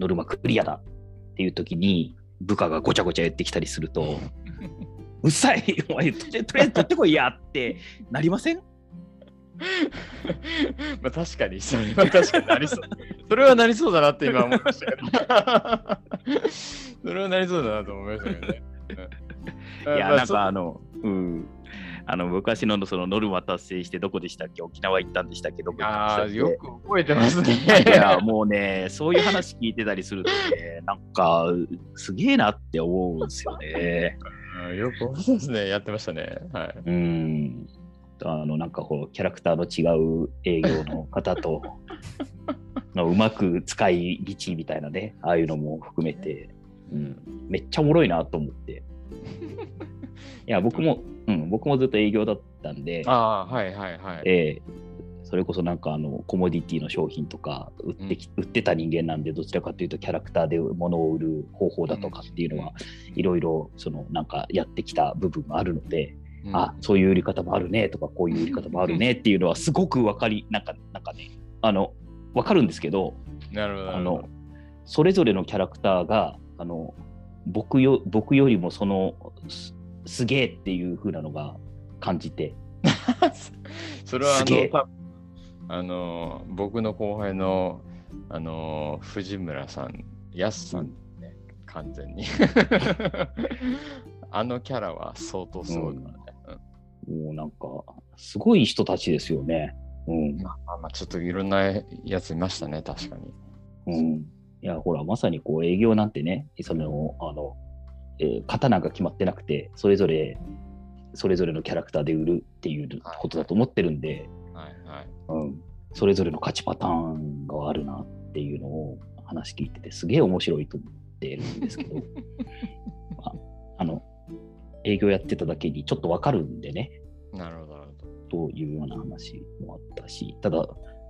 Speaker 3: ノルマクリアだっていう時に、部下がごちゃごちゃ言ってきたりす ると、うっさい、お前、とりあえず取ってこいやってなりません
Speaker 2: まあ確かに、それは確かになりそう。 それはなりそうだなって今思いましたけど。 それはなりそうだなと思いましたけど ね。うん
Speaker 3: いや、
Speaker 2: まあ
Speaker 3: なん
Speaker 2: そう
Speaker 3: かあの、うん。あの昔のそのノルマ達成してどこでしたっけ沖縄行ったんでしたっけどこ行
Speaker 2: あ
Speaker 3: った
Speaker 2: あ、
Speaker 3: んでした
Speaker 2: よ
Speaker 3: っけ
Speaker 2: く覚えてます ね。
Speaker 3: いやもうねそういう話聞いてたりするとねなんかすげえなって思うんですよね。
Speaker 2: うんよく覚えてますね。やってましたね。はい。
Speaker 3: うんあのなんかこうキャラクターの違う営業の方 とのうまく使い道みたいなねああいうのも含めて、うん、めっちゃおもろいなと思 って。いや僕も、うん、僕もずっと営業だったんで。
Speaker 2: ああー、はいはいはい。
Speaker 3: ええそれこそなんかあのコモディティの商品とか売ってき、売ってた人間なんでどちらかというとキャラクターで物を売る方法だとかっていうのは
Speaker 2: うん
Speaker 3: いろいろそのなんかやってきた部分があるので、
Speaker 2: うん
Speaker 3: あそういう売り方もあるねとかこういう売り方もあ るねっていうのはすごく分かりなんかなんかねあの分かるんですけど
Speaker 2: なるほど。
Speaker 3: あのそれぞれのキャラクターがあの僕よ僕よりもそのすすげえっていう風なのが感じ て。
Speaker 2: それはあ
Speaker 3: すげえ
Speaker 2: のたあの僕の後輩のあの藤村さん、やすさん、ね完全に。 あのキャラは相当すごいからね。うん
Speaker 3: もうなんか、すごい人たちですよね。うん。
Speaker 2: まあまあ、ちょっといろんなやついましたね、確かに。
Speaker 3: うん、いや、ほら、まさにこう、営業なんてね、その、あの、えー型なんか決まってなくて、それぞれ、それぞれのキャラクターで売るっていうことだと思ってるんで、
Speaker 2: はいはい。
Speaker 3: うん。それぞれの勝ちパターンがあるなっていうのを話聞いてて、すげえ面白いと思ってるんですけど、ああの、営業やってただけにちょっとわかるんでね。
Speaker 2: なるほど、なるほど。
Speaker 3: というような話もあったし、ただ、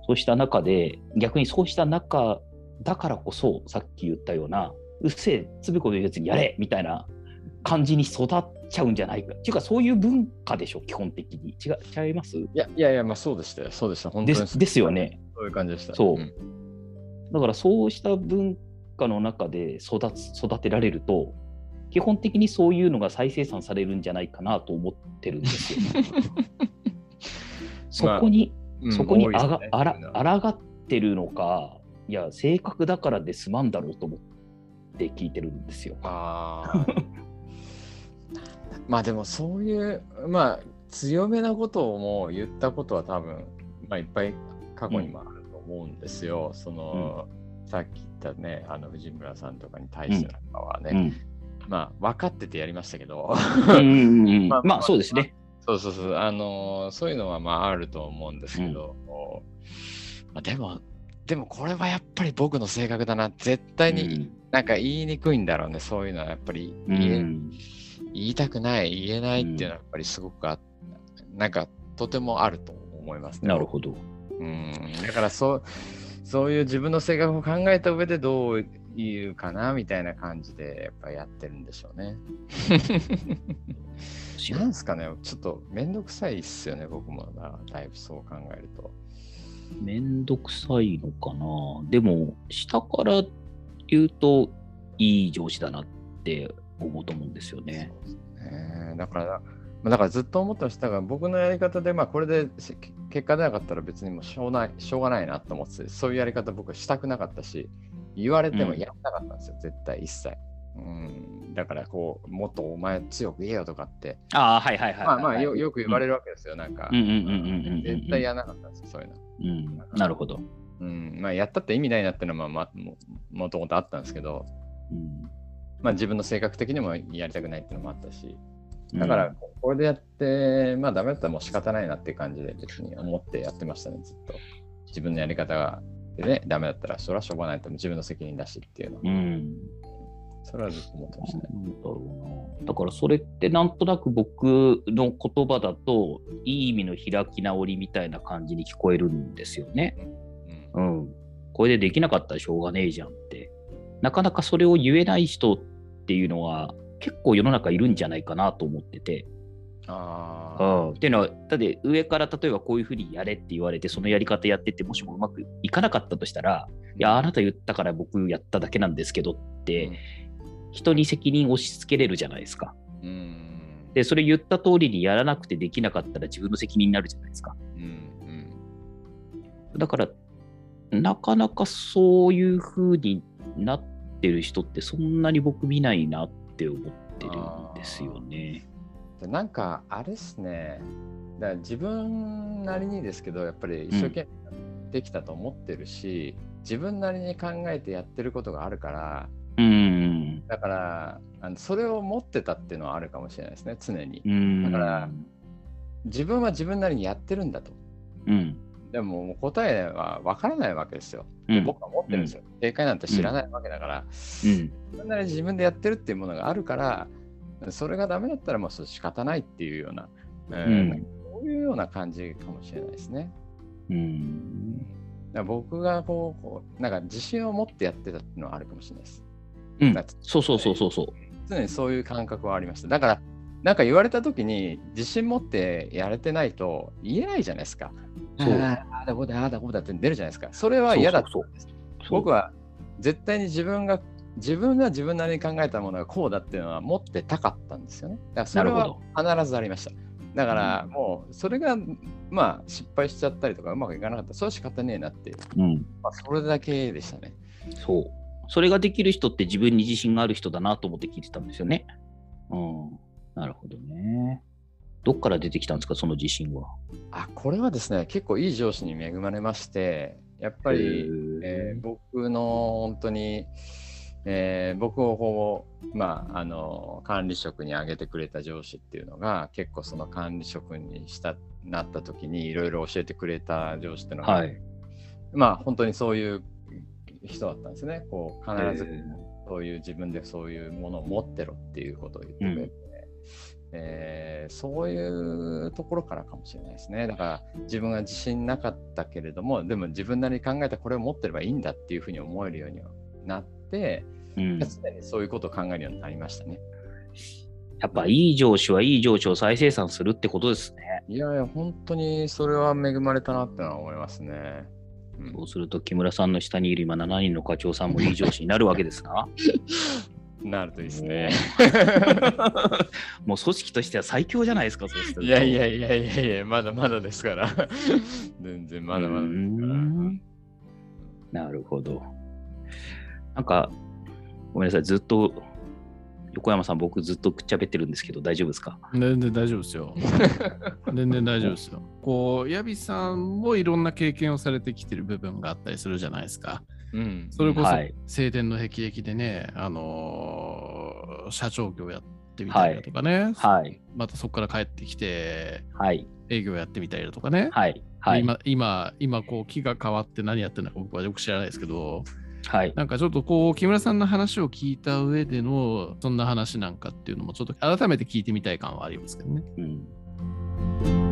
Speaker 3: そうした中で、逆にそうした中だからこそ、さっき言ったような、うっせえ、つべこべ言うやつにやれみたいな感じに育っちゃうんじゃないか。っていうか、そういう文化でしょ、基本的に。違う違います
Speaker 2: いやいやいや、まあそうでしたよ。そうでした。本当
Speaker 3: で
Speaker 2: に
Speaker 3: すですよね。
Speaker 2: そういう感じでした。
Speaker 3: そうんだから、そうした文化の中で育つ育てられると、基本的にそういうのが再生産されるんじゃないかなと思ってるんですよ。 そこに、
Speaker 2: うん
Speaker 3: そこに
Speaker 2: 多いで
Speaker 3: あ
Speaker 2: す
Speaker 3: が、
Speaker 2: ね
Speaker 3: あら
Speaker 2: そういうのは
Speaker 3: あらがってるのか、いや、性格だからで済まんだろうと思って聞いてるんですよ。
Speaker 2: あーまあでもそういうまあ強めなことをもう言ったことは多分、まあ、いっぱい過去にもあると思うんですよ。その、さっき言ったねあの藤村さんとかに対してなんかは
Speaker 3: う
Speaker 2: ね、
Speaker 3: ん、
Speaker 2: まあ分かっててやりましたけど
Speaker 3: うんうんうん
Speaker 2: まあ
Speaker 3: まあそうですね。
Speaker 2: そうそうそうあのそういうのはまああると思うんですけど、まあ、でもでもこれはやっぱり僕の性格だな絶対
Speaker 3: う
Speaker 2: に
Speaker 3: ん
Speaker 2: なんか言いにくいんだろうね、そういうのはやっぱり
Speaker 3: う
Speaker 2: 言え
Speaker 3: ん
Speaker 2: 言いたくない言えないっていうのはやっぱりすごくあっなんかとてもあると思いますね。
Speaker 3: なるほど。
Speaker 2: うんだからそうそういう自分の性格を考えた上でどういうかなみたいな感じでやっぱやってるんでしょうね。なんですかねちょっとめんどくさいっすよね僕もなだいぶそう考えると。
Speaker 3: めんどくさいのかな。でも、下から言うと、いい上司だなって思うと思うんですよね。
Speaker 2: そうですねだからまあだからずっと思ってましたが僕のやり方でまあこれでせ結果出なかったら別にもうしょうないしょうがないなと思っててそういうやり方僕はしたくなかったし言われても
Speaker 3: うん
Speaker 2: やらなかったんですよ、絶対一切。うんだからこうもっとお前強く言えよとかって
Speaker 3: ああ、はいはいは
Speaker 2: ま
Speaker 3: いは
Speaker 2: あ
Speaker 3: い。
Speaker 2: まあよよく言われるわけですよ、なんか
Speaker 3: うんうんうんうんうんうん
Speaker 2: 絶対やらなかったんですよそういうの。
Speaker 3: うん、なるほど。
Speaker 2: うんまあ、やったって意味ないなってのは、まあ、まももともとあったんですけど、
Speaker 3: うん
Speaker 2: まあ、自分の性格的にもやりたくないってのもあったしだから、ここれでやって、まあ、ダメだったらもう仕方ないなっていう感じで別に思ってやってましたねずっと自分のやり方がでねダメだったらそれはしょうがないと自分の責任だしっていうのは
Speaker 3: うん、うん
Speaker 2: それはずっと思ってましたね
Speaker 3: なんだろうなだからそれってなんとなく僕の言葉だといい意味の開き直りみたいな感じに聞こえるんですよね。
Speaker 2: うん
Speaker 3: うん、これでできなかったらしょうがねえじゃんってなかなかそれを言えない人っていうのは結構世の中いるんじゃないかなと思ってて。
Speaker 2: あ
Speaker 3: う
Speaker 2: あ
Speaker 3: ん、っていうのはだって上から例えばこういうふうにやれって言われてそのやり方やってってもしもうまくいかなかったとしたらいやあなた言ったから僕やっただけなんですけどって、人に責任を押し付けれるじゃないですか。
Speaker 2: うん
Speaker 3: で、それ言った通りにやらなくてできなかったら自分の責任になるじゃないですか。
Speaker 2: うんうん
Speaker 3: だから、なかなかそういう風になってる人ってそんなに僕見ないなって思ってるんですよね。
Speaker 2: でなんかあれっすねだから自分なりにですけどやっぱり一生懸命できたと思ってるし、自分なりに考えてやってることがあるから
Speaker 3: うん。
Speaker 2: だからあのそれを持ってたっていうのはあるかもしれないですね常に
Speaker 3: うん。
Speaker 2: だから、自分は自分なりにやってるんだと
Speaker 3: うん。
Speaker 2: でももう答えは分からないわけですよ
Speaker 3: うん
Speaker 2: 僕は持ってるんですよ、正解なんて知らないわけだから、
Speaker 3: うん。
Speaker 2: 自分なりに自分でやってるっていうものがあるからそれがダメだったらもうそれ仕方ないっていうような、
Speaker 3: う
Speaker 2: うん
Speaker 3: ん。
Speaker 2: そういうような感じかもしれないですね。
Speaker 3: うん。
Speaker 2: だから僕がこうこうなんか自信を持ってやってたっていうのはあるかもしれないです。
Speaker 3: うん
Speaker 2: だから
Speaker 3: そうそうそうそうそう。
Speaker 2: 常にそういう感覚はありました。だからなんか言われた時に自信持ってやれてないと言えないじゃないですか。
Speaker 3: そう
Speaker 2: あああだこうだああだこうだって出るじゃないですか。それは嫌だ
Speaker 3: そう
Speaker 2: です。
Speaker 3: そう
Speaker 2: 僕は絶対に自分が自分が自分なりに考えたものがこうだっていうのは持ってたかったんですよね。だからそれ
Speaker 3: なる
Speaker 2: は必ずありました。だからもうそれがまあ失敗しちゃったりとかうまくいかなかったらそれは仕方ねえなって、
Speaker 3: うん。
Speaker 2: まあ、それだけでしたね。
Speaker 3: そう。それができる人って自分に自信がある人だなと思って聞いてたんですよね。うん。なるほどね。どっから出てきたんですか、その自信は。
Speaker 2: あこれはですね結構いい上司に恵まれましてやっぱり、えー僕の本当に、えー僕をこう、まあ、あの管理職に上げてくれた上司っていうのが結構その管理職にしたなった時にいろいろ教えてくれた上司っていうのが、
Speaker 3: はい。
Speaker 2: まあ本当にそういう人だったんですねこう必ず
Speaker 3: えー
Speaker 2: そういう自分でそういうものを持ってろっていうことを言ってくれて、えーそういうところからかもしれないですね。だから自分が自信なかったけれども、でも自分なりに考えたこれを持ってればいいんだっていうふうに思えるようにはなって、
Speaker 3: うん
Speaker 2: 常にそういうことを考えるようになりましたね。
Speaker 3: やっぱいい上司はいい上司を再生産するってことですね。
Speaker 2: いやいや、本当にそれは恵まれたなってのは思いますね。うん
Speaker 3: そうすると木村さんの下にいる今7人の課長さんもいい上司になるわけで すな。
Speaker 2: なるといいですね。
Speaker 3: もう組織としては最強じゃないですか、そうする と
Speaker 2: いやいやいやいやいや、まだまだですから。 全然まだまだ
Speaker 3: うー
Speaker 2: ですから。
Speaker 3: んなるほど。なんか、ごめんなさい、ずっと、横山さん、僕ずっとくっちゃべってるんですけど、大丈夫ですか
Speaker 1: 全然大丈夫ですよ。全然大丈夫ですよ。こう、ヤビさんもいろんな経験をされてきてる部分があったりするじゃないですか。
Speaker 2: うん
Speaker 1: それこそ、
Speaker 3: はい
Speaker 1: 青天の霹靂でね、あのー社長業やってみたりだとかね、
Speaker 3: はい、
Speaker 1: またそこから帰ってきて、
Speaker 3: はい、
Speaker 1: 営業やってみたりだとかね。
Speaker 3: はい、はい、
Speaker 1: 今、今、今こう、気が変わって何やってるのか僕はよく知らないですけど、
Speaker 3: はい。
Speaker 1: なんかちょっとこう、木村さんの話を聞いた上での、そんな話なんかっていうのも、ちょっと改めて聞いてみたい感はありますけどね。
Speaker 3: うん